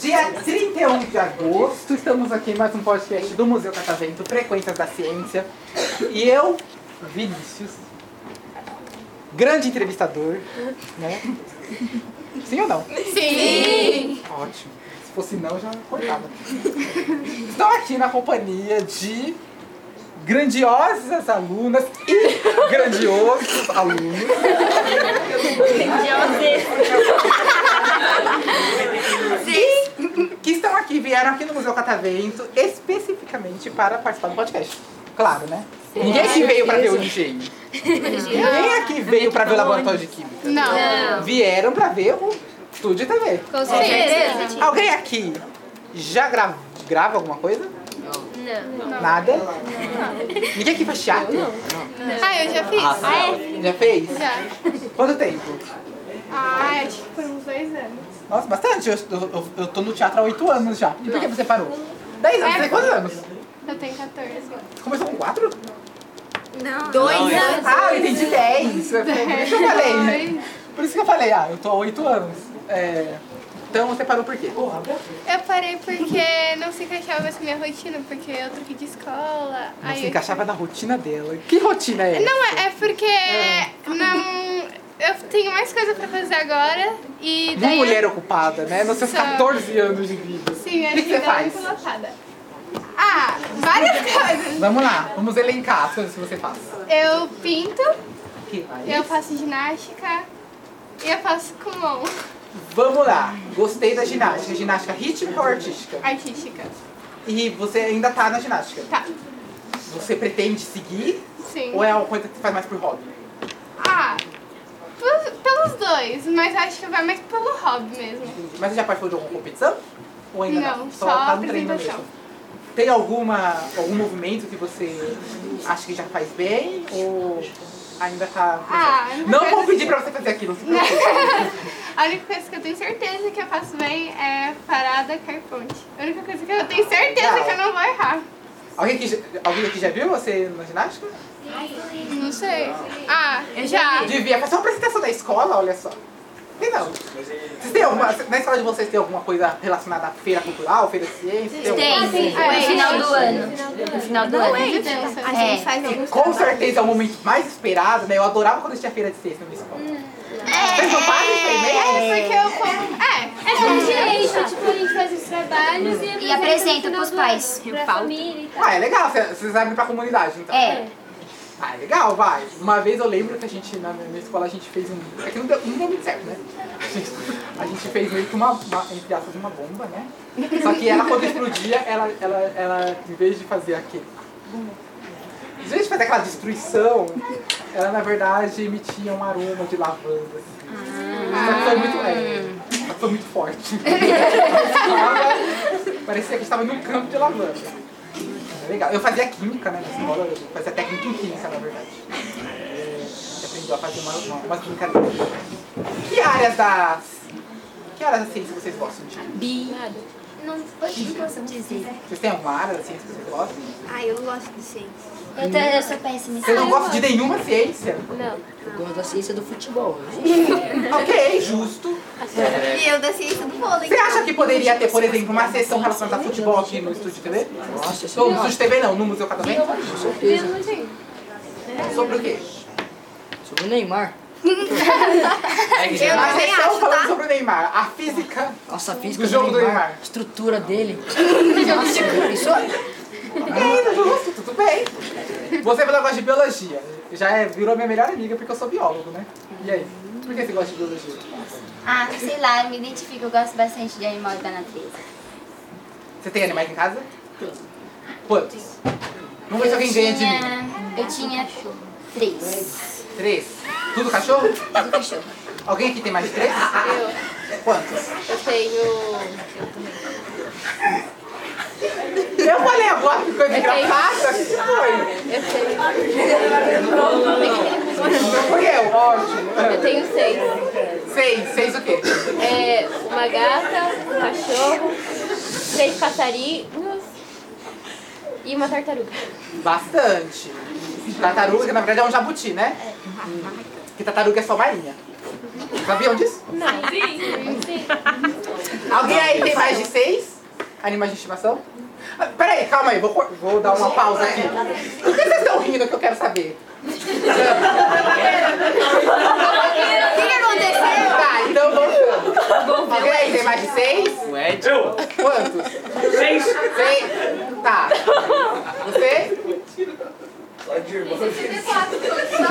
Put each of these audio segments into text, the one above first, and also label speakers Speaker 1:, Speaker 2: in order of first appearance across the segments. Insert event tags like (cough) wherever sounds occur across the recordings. Speaker 1: Dia 31 de agosto, estamos aqui em mais um podcast do Museu Catavento, Frequências da Ciência. E eu, Vinícius, grande entrevistador, né? Sim ou não?
Speaker 2: Sim!
Speaker 1: Ótimo. Se fosse não, já cortava. (laughs) Estou aqui na companhia de grandiosas alunas e grandiosos alunos. E que estão aqui, vieram aqui no Museu Catavento especificamente para participar do podcast. Claro, né? Ninguém aqui veio para ver o engenho. Ninguém aqui veio para ver o laboratório de química.
Speaker 2: Não.
Speaker 1: Vieram para ver o estúdio TV.
Speaker 2: Com certeza.
Speaker 1: Alguém aqui já gra- grava alguma coisa?
Speaker 2: Não.
Speaker 1: Nada? Ninguém aqui faz teatro?
Speaker 2: Ah, eu já fiz.
Speaker 1: Já fez?
Speaker 2: Já.
Speaker 1: Quanto tempo?
Speaker 2: Ah, acho que foi uns dois anos.
Speaker 1: Nossa, bastante. Eu, eu, eu tô no teatro há oito anos já. E por que você parou? Dez anos,
Speaker 2: É.
Speaker 1: tem quantos anos?
Speaker 2: Eu tenho 14.
Speaker 1: Você começou com quatro?
Speaker 2: Dois
Speaker 1: Ah, eu entendi dez. Por isso que eu falei. Por isso que eu falei, ah, eu tô há oito anos. É, Então você parou por quê?
Speaker 2: Eu parei porque (laughs) não se encaixava mais com a minha rotina, porque eu troquei de escola.
Speaker 1: Não
Speaker 2: aí
Speaker 1: se
Speaker 2: eu-
Speaker 1: encaixava na rotina dela. Que rotina é essa?
Speaker 2: Não, é, é porque
Speaker 1: Ah.
Speaker 2: não... Eu tenho mais coisa pra fazer agora e
Speaker 1: Uma
Speaker 2: daí...
Speaker 1: mulher ocupada, né? Nos seus
Speaker 2: Só-
Speaker 1: 14 anos de vida.
Speaker 2: Sim,
Speaker 1: O
Speaker 2: eu
Speaker 1: que
Speaker 2: que
Speaker 1: que você faz?
Speaker 2: muito lotada. Ah, várias (laughs) coisas.
Speaker 1: Vamos lá, vamos elencar as coisas que você faz.
Speaker 2: Eu pinto,
Speaker 1: Que mais?
Speaker 2: eu faço ginástica e eu faço kumon
Speaker 1: Vamos lá, gostei da ginástica. Ginástica rítmica ou artística?
Speaker 2: artística.
Speaker 1: E você ainda tá na ginástica.
Speaker 2: Tá,
Speaker 1: Você pretende seguir?
Speaker 2: sim.
Speaker 1: Ou é uma coisa que você faz mais por hobby?
Speaker 2: Ah, pelos, pelos dois, mas acho que vai mais pelo hobby mesmo.
Speaker 1: Mas você já participou de alguma competição? Ou ainda não?
Speaker 2: Não, só
Speaker 1: tá no treino
Speaker 2: apresentação.
Speaker 1: mesmo. Tem alguma, algum movimento que você acha que já faz bem? Ou ainda tá...
Speaker 2: Ah,
Speaker 1: não
Speaker 2: nunca
Speaker 1: vou
Speaker 2: faz
Speaker 1: pedir pra você fazer aquilo,
Speaker 2: (laughs)
Speaker 1: não se preocupe.
Speaker 2: A única coisa que eu tenho certeza que eu faço bem é parada cair ponte. A única coisa que eu tenho certeza
Speaker 1: Legal.
Speaker 2: que eu não vou errar.
Speaker 1: Alguém aqui, já- alguém aqui já viu você na ginástica?
Speaker 2: Não sei. Ah, já.
Speaker 1: Devia fazer uma apresentação da escola, olha só. E não. Vocês têm alguma, na escola de vocês tem alguma coisa relacionada à feira cultural, feira de ciência? Tem. alguma
Speaker 3: Tem,
Speaker 2: Ah,
Speaker 3: no
Speaker 2: é.
Speaker 3: final do ano. No final do ano.
Speaker 2: Defensa.
Speaker 3: É.
Speaker 1: coisa? Com certeza é o momento mais esperado, né? Eu adorava quando tinha feira de ciência na minha escola. Vocês não fazem isso aí né? mesmo?
Speaker 2: Hum. É porque eu como. É,
Speaker 4: direito, tipo, a gente faz os trabalhos e,
Speaker 3: E apresenta pros pais.
Speaker 4: Pra família e tal.
Speaker 1: Ah, é legal, cê- vocês abrem pra comunidade, então.
Speaker 3: É.
Speaker 1: Ah, é legal, vai. Uma vez eu lembro que a gente, na minha escola, a gente fez um. É que não deu, não deu muito certo, né? A gente, a gente fez meio que uma, uma, entre aspas, uma bomba, né? Só que ela, quando explodia, ela, ela, ela em vez de fazer aquele. Em vez de fazer aquela destruição, ela, na verdade, emitia um aroma de lavanda, assim. Só que foi muito leve. Só que foi muito forte. Tava- Parecia que estava num campo de lavanda. É Legal. Eu fazia química, né? Na escola, eu fazia técnica em química, na verdade. É, Você aprendeu a fazer uma, uma, umas brincadeiras. Que áreas da. Que áreas da ciência vocês gostam de?
Speaker 4: Não posso dizer.
Speaker 1: Vocês têm alguma área da ciência que vocês gostam?
Speaker 5: Ah, eu gosto de ciência.
Speaker 3: Eu, tô- eu sou péssima. em
Speaker 1: Você não
Speaker 3: ciência.
Speaker 1: gosta de nenhuma ciência?
Speaker 6: Eu gosto da ciência do futebol.
Speaker 1: Ok, justo.
Speaker 5: E eu da ciência do vôlei. então.
Speaker 1: Você acha que poderia ter, por exemplo, uma sessão relacionada a futebol aqui no estúdio TV?
Speaker 6: Nossa, isso
Speaker 1: Ou
Speaker 6: é
Speaker 1: no estúdio TV não, no Museu Catavento?
Speaker 6: com certeza.
Speaker 1: Sobre o quê?
Speaker 6: Sobre o Neymar.
Speaker 5: É, Eu
Speaker 1: Uma
Speaker 5: também
Speaker 1: sessão
Speaker 5: acho,
Speaker 1: falando
Speaker 5: tá?
Speaker 1: sobre o Neymar. A física
Speaker 6: Nossa, a física
Speaker 1: Do jogo do Neymar. (laughs)
Speaker 6: Estrutura dele. Nossa, cara, isso é-
Speaker 1: Entendo, justo, tudo bem. Você falou que gosta de biologia. Já é- virou minha melhor amiga porque eu sou biólogo, né? E aí? Por que você gosta de biologia?
Speaker 3: Ah, sei lá, eu me identifico, eu gosto bastante de animais da natureza.
Speaker 1: Você tem animais em casa? Quantos? Vamos ver se alguém ganha de mim.
Speaker 3: Tinha- eu tinha três.
Speaker 1: Três. Tudo cachorro?
Speaker 3: Do cachorro.
Speaker 1: Alguém aqui tem mais de três? Eu. Quantos?
Speaker 2: eu tenho.
Speaker 1: Eu falei agora que coisa engraçada. que foi?
Speaker 2: Eu tenho.
Speaker 1: Então foi eu, ótimo.
Speaker 2: tenho seis.
Speaker 1: Seis, seis o quê?
Speaker 2: É uma gata, um cachorro, três passarinhos,
Speaker 4: E uma tartaruga.
Speaker 1: Bastante. Tartaruga, que na verdade é um jabuti, né? Que tartaruga é só marinha. Sabiam disso?
Speaker 4: Não. Sim. Sim.
Speaker 1: Alguém aí tem mais de seis animais de estimação? Ah, Peraí, calma aí, vou, cor- vou dar uma pausa aqui. Por que vocês estão rindo que eu quero saber?
Speaker 5: O que, que aconteceu?
Speaker 1: Tá, então vamos. Alguém aí tem mais de seis?
Speaker 5: O Ed.
Speaker 7: Eu!
Speaker 1: Quantos?
Speaker 7: Seis!
Speaker 1: Seis? Tá. Você?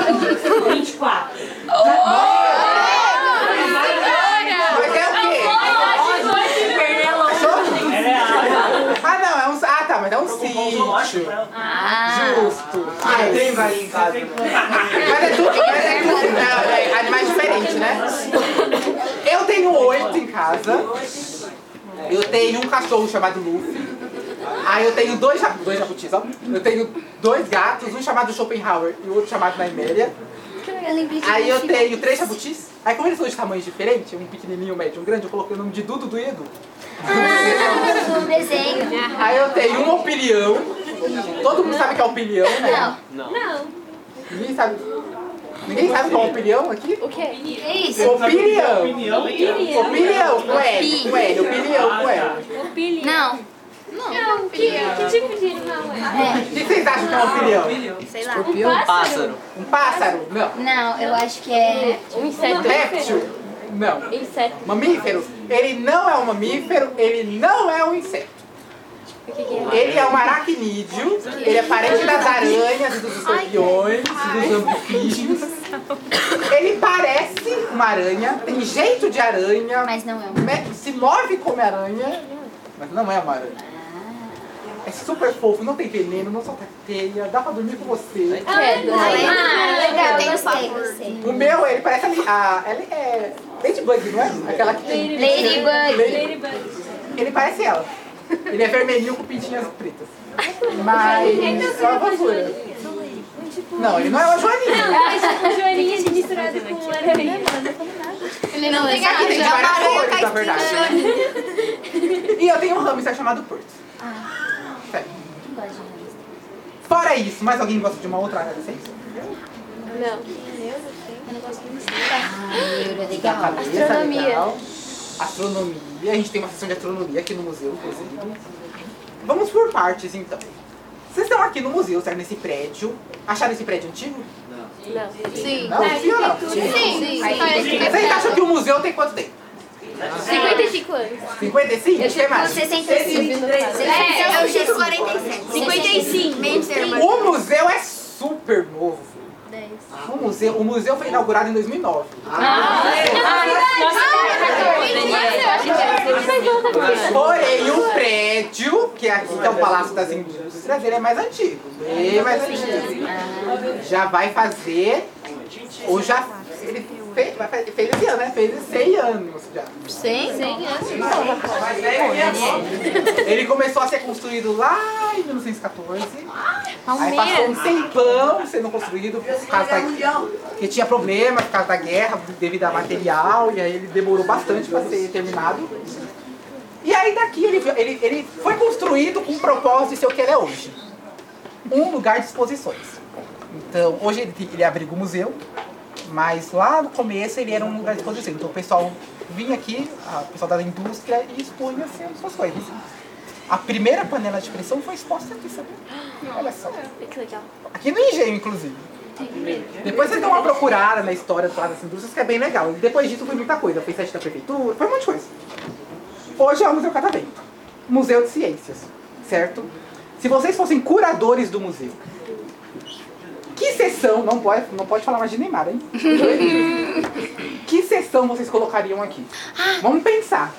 Speaker 1: Mas é o quê? Achou?
Speaker 7: 24! Ela é a
Speaker 1: Ah, não, é um. Ah, tá, mas é um
Speaker 7: área.
Speaker 1: sítio.
Speaker 7: ela.
Speaker 1: Justo.
Speaker 5: Ah, tem vai em casa.
Speaker 1: Mas é tudo, mas é tudo. Não, é animais diferentes, né? Eu tenho oito em casa. Eu tenho um cachorro chamado Luffy. Aí eu tenho dois, ja- dois jabutis, ó. Eu tenho dois gatos, um chamado Schopenhauer e o outro chamado Naiméria.
Speaker 3: Eu lembrei de
Speaker 1: Aí eu
Speaker 3: um
Speaker 1: tenho três jabutis. Aí como eles são de tamanhos diferentes, um pequenininho, um médio, um grande, eu coloquei o nome de Dudu do Edu.
Speaker 3: filme, um desenho.
Speaker 1: Aí eu tenho um opinião. Todo mundo sabe que é opinião, né?
Speaker 3: Não.
Speaker 4: Não.
Speaker 1: Ninguém sabe. Ninguém sabe qual é opinião aqui?
Speaker 4: O quê?
Speaker 3: Que É isso?
Speaker 1: É. Opinião.
Speaker 7: Opinião.
Speaker 1: Opinião, com L, com L, opinião, com L.
Speaker 4: O Billy.
Speaker 3: Não.
Speaker 4: Não, que, que tipo de animal é?
Speaker 1: O que vocês acham que é uma opinião?
Speaker 5: Sei lá.
Speaker 4: Um pássaro?
Speaker 1: Um pássaro? Não.
Speaker 3: Não, eu acho que é.
Speaker 4: Um inseto.
Speaker 1: Réptil? Não.
Speaker 4: Inseto.
Speaker 1: Mamífero? Ele não é um mamífero, ele não é um inseto.
Speaker 4: O que, que é?
Speaker 1: Ele é um aracnídeo, ele é parente das aranhas, e dos escorpiões, e dos anfíbios. Ele parece uma aranha, tem jeito de aranha,
Speaker 3: Mas não é um.
Speaker 1: me- se move como aranha, mas não é uma aranha. É super fofo, não tem veneno, não solta teia, dá pra dormir com você.
Speaker 7: É,
Speaker 4: Queda.
Speaker 3: Ah, legal,
Speaker 5: tem um
Speaker 3: gostei,
Speaker 5: favor.
Speaker 3: gostei.
Speaker 1: O meu, ele parece ali. A, ela é. Ladybug, não é? Aquela que tem. né?
Speaker 3: Ladybug.
Speaker 1: Ele parece ela. Ele é vermelhinho com pintinhas pretas. Mas. Só a fofura. Não, ele não é uma joaninha.
Speaker 4: Tipo joaninha de misturado com né, aranha.
Speaker 2: Ele não, tem
Speaker 1: Isso aqui tem de
Speaker 2: garra.
Speaker 1: várias
Speaker 5: amarelo
Speaker 1: cores,
Speaker 5: com
Speaker 1: um na
Speaker 5: a
Speaker 1: verdade. E eu tenho um hamster chamado Porto. Sério.
Speaker 3: Não gosto de hamster.
Speaker 1: Fora isso, mais alguém gosta de uma outra área de ciência?
Speaker 4: Não.
Speaker 3: Ah, Euro é
Speaker 1: Da
Speaker 3: legal.
Speaker 1: cabeça,
Speaker 4: Astronomia.
Speaker 1: legal. Astronomia. A gente tem uma sessão de astronomia aqui no museu, inclusive. Vamos por partes, então. Vocês estão aqui no museu, certo? Nesse prédio. Acharam esse prédio antigo?
Speaker 4: Não.
Speaker 2: Sim.
Speaker 1: Não, sim ou não?
Speaker 2: Sim, sim.
Speaker 1: Vocês acham que o museu tem quanto tempo?
Speaker 4: 55 anos.
Speaker 1: 55? O que mais?
Speaker 3: 65.
Speaker 5: É, eu
Speaker 3: assim?
Speaker 5: chego 47.
Speaker 4: 55.
Speaker 5: Meio termo.
Speaker 1: O museu é super novo. Ah, O museu, o museu foi inaugurado em 2009.
Speaker 2: é
Speaker 1: Porém, o prédio, que é aqui que é o Palácio das Indústrias, ele é mais antigo. Bem mais antigo. Já vai fazer, ou já ele fez, vai fazer- fez esse ano, né? Fez 100 anos já.
Speaker 4: 100 anos.
Speaker 1: Ele começou a ser construído lá em 1914. Aí passou um tempão sendo construído por causa da... Porque tinha problema por causa da guerra, devido a material, e aí ele demorou bastante para ser terminado. E aí daqui ele, ele, ele foi construído com o propósito de ser o que ele é hoje. Um lugar de exposições. Então, hoje ele, ele abriga o museu, mas lá no começo ele era um lugar de exposição. Então o pessoal vinha aqui, a- o pessoal da indústria, e expunha assim, as suas coisas. A primeira panela de pressão foi exposta aqui, sabe? Olha só.
Speaker 4: Que legal.
Speaker 1: Aqui no engenho, inclusive. Depois vocês dão uma procurada na história do Palácio das Indústrias, que é bem legal. E depois disso foi muita coisa. Foi site da prefeitura, foi um monte de coisa. Hoje é o Museu Catavento. Museu de Ciências, certo? Se vocês fossem curadores do museu, que sessão, não pode, não pode falar mais de Neymar, hein? que sessão vocês colocariam aqui? Vamos pensar.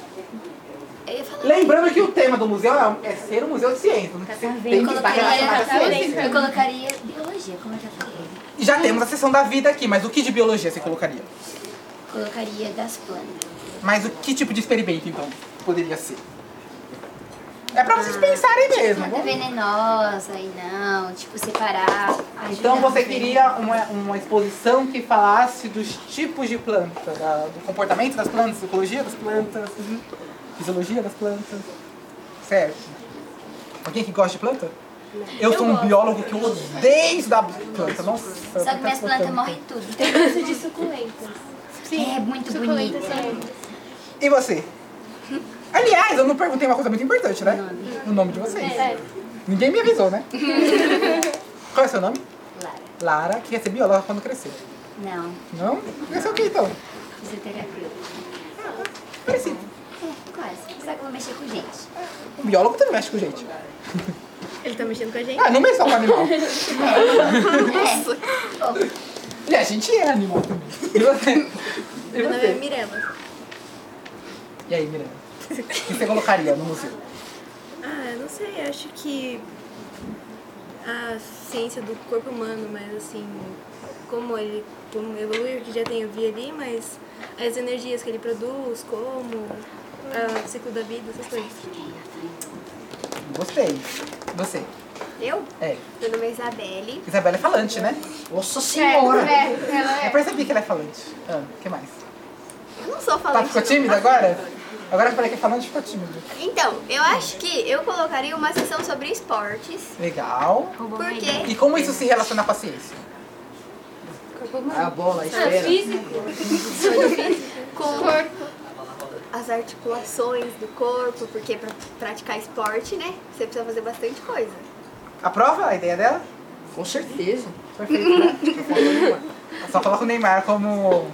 Speaker 1: Lembrando que o tema do museu é, é ser um museu de ciências. não Tem
Speaker 3: Eu
Speaker 1: que estar relacionado à ciência.
Speaker 3: colocaria, eu colocaria biologia, como eu já falei.
Speaker 1: E já temos a sessão da vida aqui, mas o que de biologia você colocaria?
Speaker 3: Colocaria das plantas.
Speaker 1: Mas o que tipo de experimento, então, poderia ser? É pra vocês pensarem mesmo.
Speaker 3: Planta venenosa e não, tipo, separar.
Speaker 1: Então
Speaker 3: ajudar
Speaker 1: você
Speaker 3: no veneno.
Speaker 1: queria uma, uma exposição que falasse dos tipos de planta, da- do comportamento das plantas, ecologia das plantas, fisiologia das plantas. Certo. Alguém que gosta de planta? Eu sou um biólogo que eu odeio estudar planta. Nossa, tá eu
Speaker 3: Só que
Speaker 1: tenho
Speaker 3: minhas plantas
Speaker 1: botânica.
Speaker 3: morrem tudo.
Speaker 4: Tem gosto de suculentas.
Speaker 3: É muito bonito.
Speaker 2: Suculentas são lindas.
Speaker 1: E
Speaker 3: (laughs)
Speaker 1: você? Aliás, eu não perguntei uma coisa muito importante, né? O nome de vocês.
Speaker 3: É.
Speaker 5: É.
Speaker 1: Ninguém me avisou,
Speaker 3: (laughs)
Speaker 1: né? Qual é o seu nome?
Speaker 3: Lara.
Speaker 1: Lara, que ia ser bióloga quando crescer.
Speaker 3: Não,
Speaker 1: Não? Cresceu o quê então?
Speaker 3: fisioterapeuta. É,
Speaker 1: Parecido.
Speaker 3: Quase. Só que eu vou mexer com gente.
Speaker 1: O biólogo também mexe com gente.
Speaker 2: Ele tá mexendo com a gente?
Speaker 1: Ah, não mexe só com animal.
Speaker 3: É.
Speaker 1: E a gente é animal também. E você? E,
Speaker 2: Meu nome é
Speaker 1: você?
Speaker 2: Mirella.
Speaker 1: e aí, Miranda? O que você colocaria no museu?
Speaker 7: Ah, eu não sei, acho que a ciência do corpo humano, mas assim, como ele como evoluir, que já tem, eu vi ali, mas as energias que ele produz, como, ah, o ciclo da vida, essas coisas.
Speaker 1: Gostei. Você?
Speaker 5: Eu?
Speaker 1: É.
Speaker 5: Meu nome é Isabelle.
Speaker 1: Isabela é falante, né?
Speaker 6: Nossa senhora!
Speaker 2: É, ela é.
Speaker 1: Eu percebi que ela é falante. Ah, o que mais?
Speaker 5: Eu não sou
Speaker 1: Tá,
Speaker 5: falante. é
Speaker 1: ficou
Speaker 5: não.
Speaker 1: tímida agora? Agora que eu falei que é falante, ficou tímido.
Speaker 5: Então, eu acho que eu colocaria uma sessão sobre esportes.
Speaker 1: Legal.
Speaker 2: Tá
Speaker 5: Porque
Speaker 1: E como isso se relaciona com a ciência?
Speaker 6: A bola, a
Speaker 4: Ah,
Speaker 6: esfera.
Speaker 4: físico.
Speaker 5: com
Speaker 2: Corpo.
Speaker 5: as articulações do corpo, porque pra praticar esporte, né? Você precisa fazer bastante coisa.
Speaker 1: Aprova a ideia dela?
Speaker 6: Com certeza.
Speaker 1: Perfeito, né? Só coloca o Neymar como.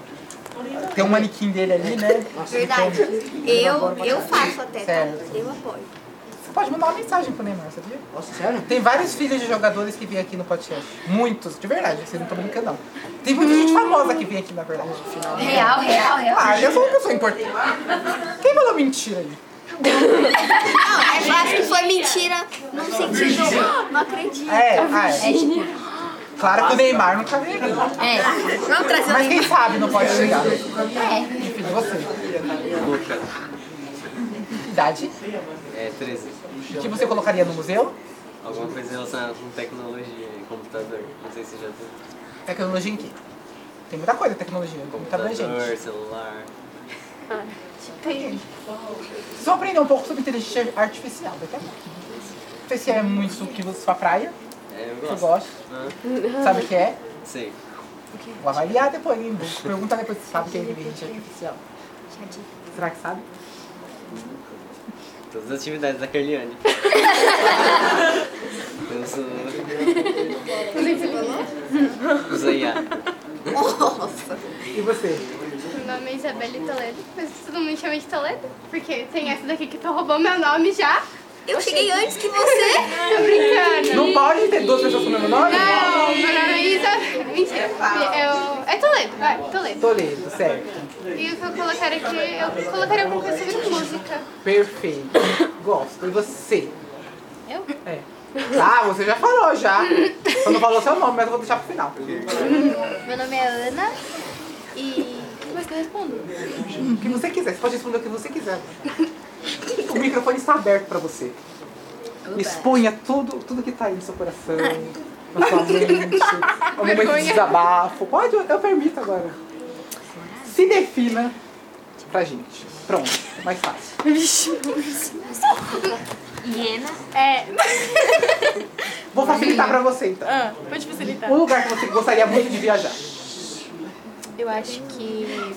Speaker 1: Tem um manequim dele ali, né?
Speaker 5: Verdade. Eu, eu faço até,
Speaker 1: Certo.
Speaker 5: tá? Eu apoio.
Speaker 1: Você pode mandar uma mensagem pro Neymar, sabia?
Speaker 6: Nossa, sério?
Speaker 1: Tem vários filhos de jogadores que vêm aqui no podcast. Muitos, de verdade, vocês não estão brincando não. Tem muita gente famosa que vem aqui, na verdade.
Speaker 3: É. Real, real, real.
Speaker 1: Ah, eu sou uma pessoa importante. Quem falou mentira aí?
Speaker 5: Não, eu acho que foi mentira num sentido. Não acredito.
Speaker 1: É, ah, é. Claro que o Neymar nunca veio aqui.
Speaker 3: tipo, É.
Speaker 5: Vamos trazer
Speaker 1: Mas quem sabe não pode chegar.
Speaker 3: É.
Speaker 1: E você?
Speaker 8: Lucas,
Speaker 1: Idade?
Speaker 8: é 13.
Speaker 1: O que você colocaria no museu?
Speaker 8: Alguma coisa relacionada com tecnologia e computador. Não sei se já tem.
Speaker 1: Tecnologia em quê? Tem muita coisa tecnologia, tá muita abrangente.
Speaker 8: Computador, celular.
Speaker 1: Vocês vão aprender um pouco sobre inteligência artificial daqui a pouco. Não sei se é muito que você sua praia,
Speaker 8: É, eu
Speaker 1: você
Speaker 8: gosto.
Speaker 1: gosta,
Speaker 8: Ah,
Speaker 1: sabe o que é?
Speaker 8: sei.
Speaker 1: Vou avaliar depois, hein? Vou perguntar depois se sabe o que é inteligência artificial. Será que sabe?
Speaker 8: Todas as atividades
Speaker 2: (laughs)
Speaker 8: da Carliane. eu sou... Usa IA.
Speaker 1: E você?
Speaker 2: Meu nome é Isabelle Toledo, mas todo mundo chama de Toledo, porque tem essa daqui que tu roubou meu nome já.
Speaker 5: Eu cheguei antes que você.
Speaker 2: (laughs) Tô brincando.
Speaker 1: Não pode ter duas pessoas com o mesmo nome?
Speaker 2: Não, meu nome é Isa. Mentira. Eu... É Toledo, vai, Toledo.
Speaker 1: Toledo, certo.
Speaker 2: E o que eu colocar aqui, eu colocaria alguma coisa sobre música.
Speaker 1: Perfeito. Gosto. E você?
Speaker 2: Eu?
Speaker 1: É. Ah, você já falou já. Só não falou seu nome, mas eu vou deixar pro final.
Speaker 2: Meu nome é Ana e. Mas que eu respondo?
Speaker 1: O que você quiser. Você pode responder o que você quiser. O microfone está aberto para você. Exponha tudo, tudo que tá aí no seu coração, na sua mente, um momento de
Speaker 2: Vergonha.
Speaker 1: desabafo. Pode, eu- eu permito agora. Se defina pra gente. Pronto, mais fácil.
Speaker 3: Hiena.
Speaker 2: É.
Speaker 5: (laughs)
Speaker 1: Vou facilitar pra você então.
Speaker 2: Ah, pode facilitar.
Speaker 1: Um lugar que você gostaria muito de viajar.
Speaker 2: Eu acho que.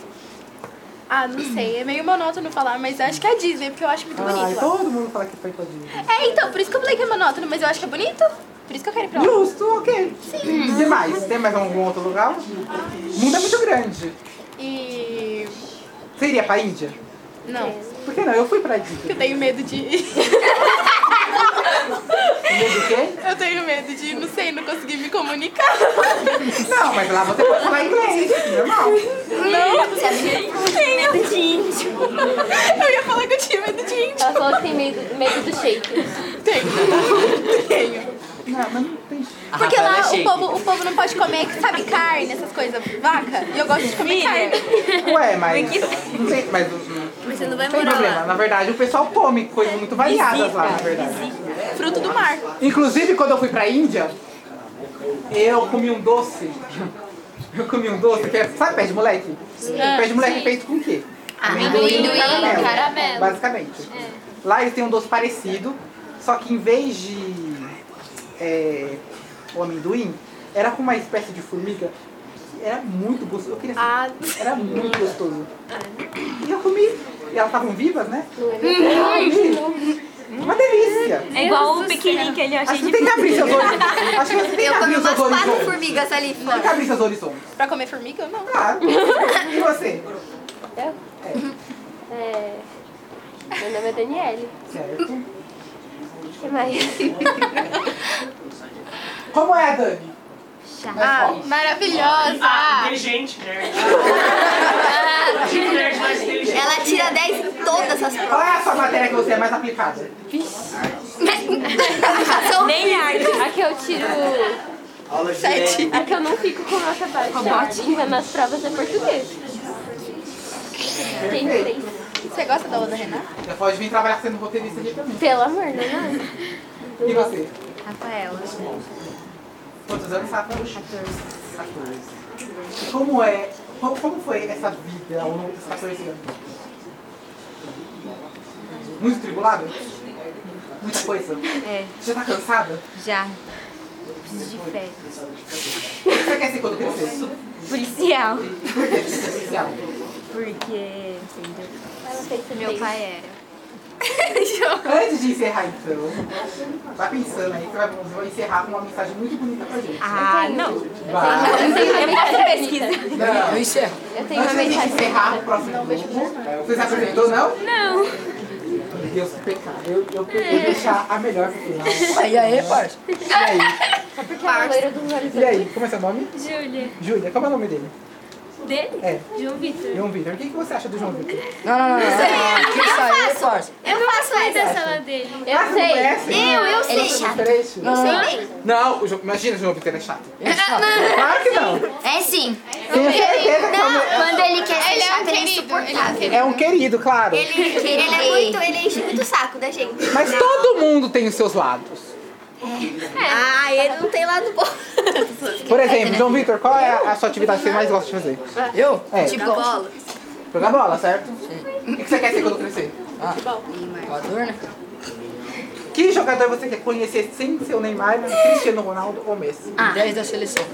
Speaker 2: Ah, não sei, é meio monótono falar, mas acho que é a Disney, porque eu acho muito
Speaker 1: Ai,
Speaker 2: bonito. lá.
Speaker 1: todo mundo fala que foi pra Disney.
Speaker 2: É, então, por isso que eu falei que é monótono, mas eu acho que é bonito. Por isso que eu quero ir pra lá.
Speaker 1: Justo, ok. Sim. E mais? Tem mais algum outro lugar? O mundo é muito grande.
Speaker 2: E.
Speaker 1: Você iria pra Índia?
Speaker 2: Não,
Speaker 1: Por que não? Eu fui pra Índia.
Speaker 2: eu tenho medo
Speaker 1: (laughs)
Speaker 2: de.
Speaker 1: Entendeu do quê?
Speaker 2: Eu tenho medo de, não sei, não conseguir me comunicar.
Speaker 1: Não, mas lá você pode falar inglês. Normal.
Speaker 4: Medo de índio.
Speaker 2: Eu ia falar que eu tinha medo de índio.
Speaker 4: Ela falou que tem medo, medo do shake.
Speaker 2: Tenho. Tenho.
Speaker 1: Não, mas não tem
Speaker 2: Porque
Speaker 8: Rafaela
Speaker 2: lá
Speaker 8: é
Speaker 2: o
Speaker 8: shake.
Speaker 2: povo, o povo não pode comer, é sabe, carne, essas coisas, vaca. E eu gosto de comer carne.
Speaker 1: Ué, mas. Não sei, mas. Não
Speaker 7: Mas você não vai
Speaker 1: tem
Speaker 7: morar
Speaker 1: problema.
Speaker 7: lá.
Speaker 1: Na verdade, o pessoal come coisas muito variadas lá, na verdade.
Speaker 2: Fruto do mar.
Speaker 1: Inclusive, quando eu fui pra Índia, eu comi um doce. Eu comi um doce que é. Sabe pé de moleque? Pé de moleque é feito com o quê?
Speaker 3: Amendoim,
Speaker 1: caramelo,
Speaker 3: caramelo.
Speaker 1: Basicamente. Lá eles têm um doce parecido, só que em vez de é, o amendoim era com uma espécie de formiga que era muito gostoso. Eu queria saber.
Speaker 2: Ah,
Speaker 1: Era muito gostoso. E eu comi. E elas estavam vivas, né? Uma delícia.
Speaker 9: É igual o piquenique ali, eu
Speaker 1: Acho
Speaker 9: achei
Speaker 1: que você tem que
Speaker 9: difícil.
Speaker 1: abrir seus horizontes. Acho que você tem
Speaker 5: Eu
Speaker 1: que
Speaker 5: comi
Speaker 1: abrir
Speaker 5: umas
Speaker 1: seus
Speaker 5: quatro
Speaker 1: horizontes.
Speaker 5: formigas ali
Speaker 1: Tem que
Speaker 5: fora.
Speaker 1: abrir seus horizontes.
Speaker 2: pra comer formiga, não.
Speaker 1: Claro. (laughs) E você?
Speaker 4: Eu? É. Meu nome é Daniele.
Speaker 1: Certo.
Speaker 4: O que mais?
Speaker 1: (laughs) Como é, Dani?
Speaker 2: Ah, maravilhosa!
Speaker 10: Inteligente, nerd. nerd mais inteligente.
Speaker 5: Ela tira 10 em todas as
Speaker 1: Qual é a sua matéria que você é mais aplicada?
Speaker 9: Nem arte.
Speaker 4: A que eu tiro.
Speaker 8: Aula de Sete.
Speaker 4: A que eu não fico com nota baixa. Ativa nas provas é português. Tem três.
Speaker 2: Você gosta da Oda Renata?
Speaker 1: Você pode vir trabalhar sendo roteirista aqui também.
Speaker 4: Pelo amor, não é?
Speaker 1: E você?
Speaker 3: Rafaela.
Speaker 1: Quantos anos está 14. 14. E como é? Como, como foi essa vida ao longo dos 14 anos? Muito tribulada? Muita coisa?
Speaker 3: É,
Speaker 1: Você já tá cansada?
Speaker 3: já. Preciso de férias.
Speaker 1: O que você quer ser quando crescer?
Speaker 3: Policial.
Speaker 1: Por que você é policial?
Speaker 3: Porque, entendeu?
Speaker 4: Ela fez
Speaker 3: Meu pai é. (laughs) era.
Speaker 1: Antes de encerrar então, vai pensando aí que vai, você vai encerrar com uma mensagem muito bonita pra gente. né?
Speaker 3: Ah, não.
Speaker 1: Vai.
Speaker 4: Eu
Speaker 1: Não.
Speaker 6: Eu encerro.
Speaker 4: tenho uma
Speaker 1: Antes de
Speaker 4: mensagem.
Speaker 1: encerrar o próximo grupo, você se apresentou, não? Não. Meu Deus, que pecado. Eu, eu, eu vou deixar a melhor pro final.
Speaker 6: Aí, aí, parça.
Speaker 1: E aí? é
Speaker 4: Porque a loira dos olhos
Speaker 1: E aí, como é seu nome?
Speaker 9: Júlia.
Speaker 1: Júlia, como é o nome dele?
Speaker 9: Dele?
Speaker 1: É,
Speaker 9: João Vitor.
Speaker 1: João Vitor. O que, que você acha do João Vitor?
Speaker 6: Não, não, não. não,
Speaker 2: é
Speaker 6: não. Que isso aí, parça.
Speaker 9: Eu não faço mais da sala dele.
Speaker 4: Eu
Speaker 1: Ah, Você
Speaker 4: sei.
Speaker 1: conhece?
Speaker 5: Eu, eu
Speaker 1: Ele
Speaker 5: sei.
Speaker 1: é chato. trecho?
Speaker 6: Não, não,
Speaker 1: Não, o Jo- imagina o João Vitor é chato.
Speaker 6: não.
Speaker 1: Claro que não.
Speaker 3: É sim.
Speaker 1: Tenho certeza que é um-
Speaker 3: Quando ele quer ser
Speaker 2: Ele é um
Speaker 3: chato, ele
Speaker 2: querido. Ele é
Speaker 3: é
Speaker 2: um
Speaker 3: insuportável.
Speaker 2: querido.
Speaker 1: é um querido, claro.
Speaker 5: Ele, ele é muito, ele enche muito o saco da gente.
Speaker 1: Mas todo mundo tem os seus lados.
Speaker 5: Ah, ele não tem lado bom.
Speaker 1: Por exemplo, João Vitor, qual é a a sua atividade que você mais gosta de fazer?
Speaker 6: Eu?
Speaker 1: É,
Speaker 3: Tipo,
Speaker 5: Bola.
Speaker 1: jogar bola, certo? O que que você quer ser quando crescer?
Speaker 6: Voador, né?
Speaker 1: Que jogador você quer conhecer sem ser o Neymar, Cristiano Ronaldo ou Messi?
Speaker 2: Ah.
Speaker 6: 10 da seleção.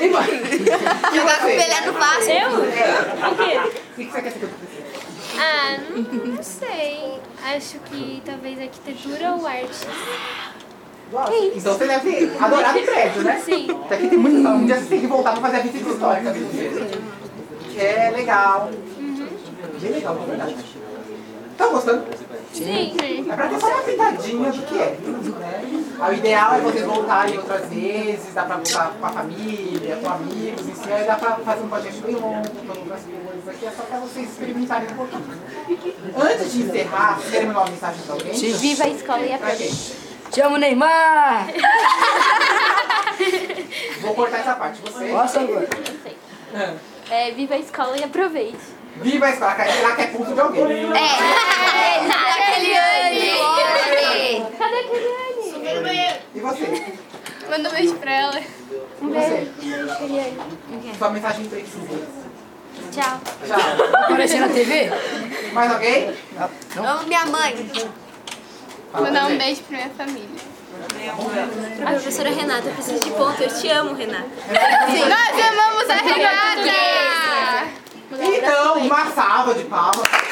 Speaker 1: E você?
Speaker 3: Ah,
Speaker 1: E
Speaker 5: Jogar com o
Speaker 1: você?
Speaker 5: Pelé no Vasco.
Speaker 9: Eu? O quê?
Speaker 1: O que que você quer ser quando crescer?
Speaker 9: Ah, não, não sei. Acho que talvez arquitetura ou arte.
Speaker 1: Nossa, Então você deve ter adorado o prédio, né?
Speaker 9: É Sim.
Speaker 1: Até que tem muito Um dia você tem que voltar pra fazer a visita histórica do museu. Que é legal.
Speaker 9: Uhum.
Speaker 1: Bem legal, na verdade. Tá gostando?
Speaker 9: Sim.
Speaker 1: É pra ter só uma pitadinha do que é. Né? O ideal é vocês voltarem outras vezes, dá pra voltar com a família, com amigos, assim, aí dá pra fazer um podcast bem longo, com outras coisas aqui, é só pra vocês experimentarem um pouquinho. Antes de encerrar, vocês querem mandar uma mensagem pra alguém?
Speaker 6: Sim.
Speaker 4: Viva a escola e a
Speaker 1: Pra quem?
Speaker 6: Te amo, Neymar.
Speaker 1: Vou cortar essa parte. Você.
Speaker 6: Nossa, agora.
Speaker 4: É, viva a escola e aproveite.
Speaker 1: Viva a escola, cara, será que é ponto de alguém?
Speaker 5: (laughs) Eliane.
Speaker 4: Cadê a Keliane?
Speaker 1: E você?
Speaker 2: Manda um beijo pra ela.
Speaker 4: Um beijo, um beijo, Keliane.
Speaker 1: Sua mensagem precisa.
Speaker 4: Tchau.
Speaker 1: Tchau.
Speaker 6: Apareceu Tá na TV?
Speaker 1: Mais alguém?
Speaker 5: Amo minha mãe.
Speaker 2: Mandar um beijo pra minha família.
Speaker 7: A professora Renata, eu preciso de ponto. Eu te amo, Renata.
Speaker 2: Nós amamos a Renata!
Speaker 1: Então, uma salva de palmas.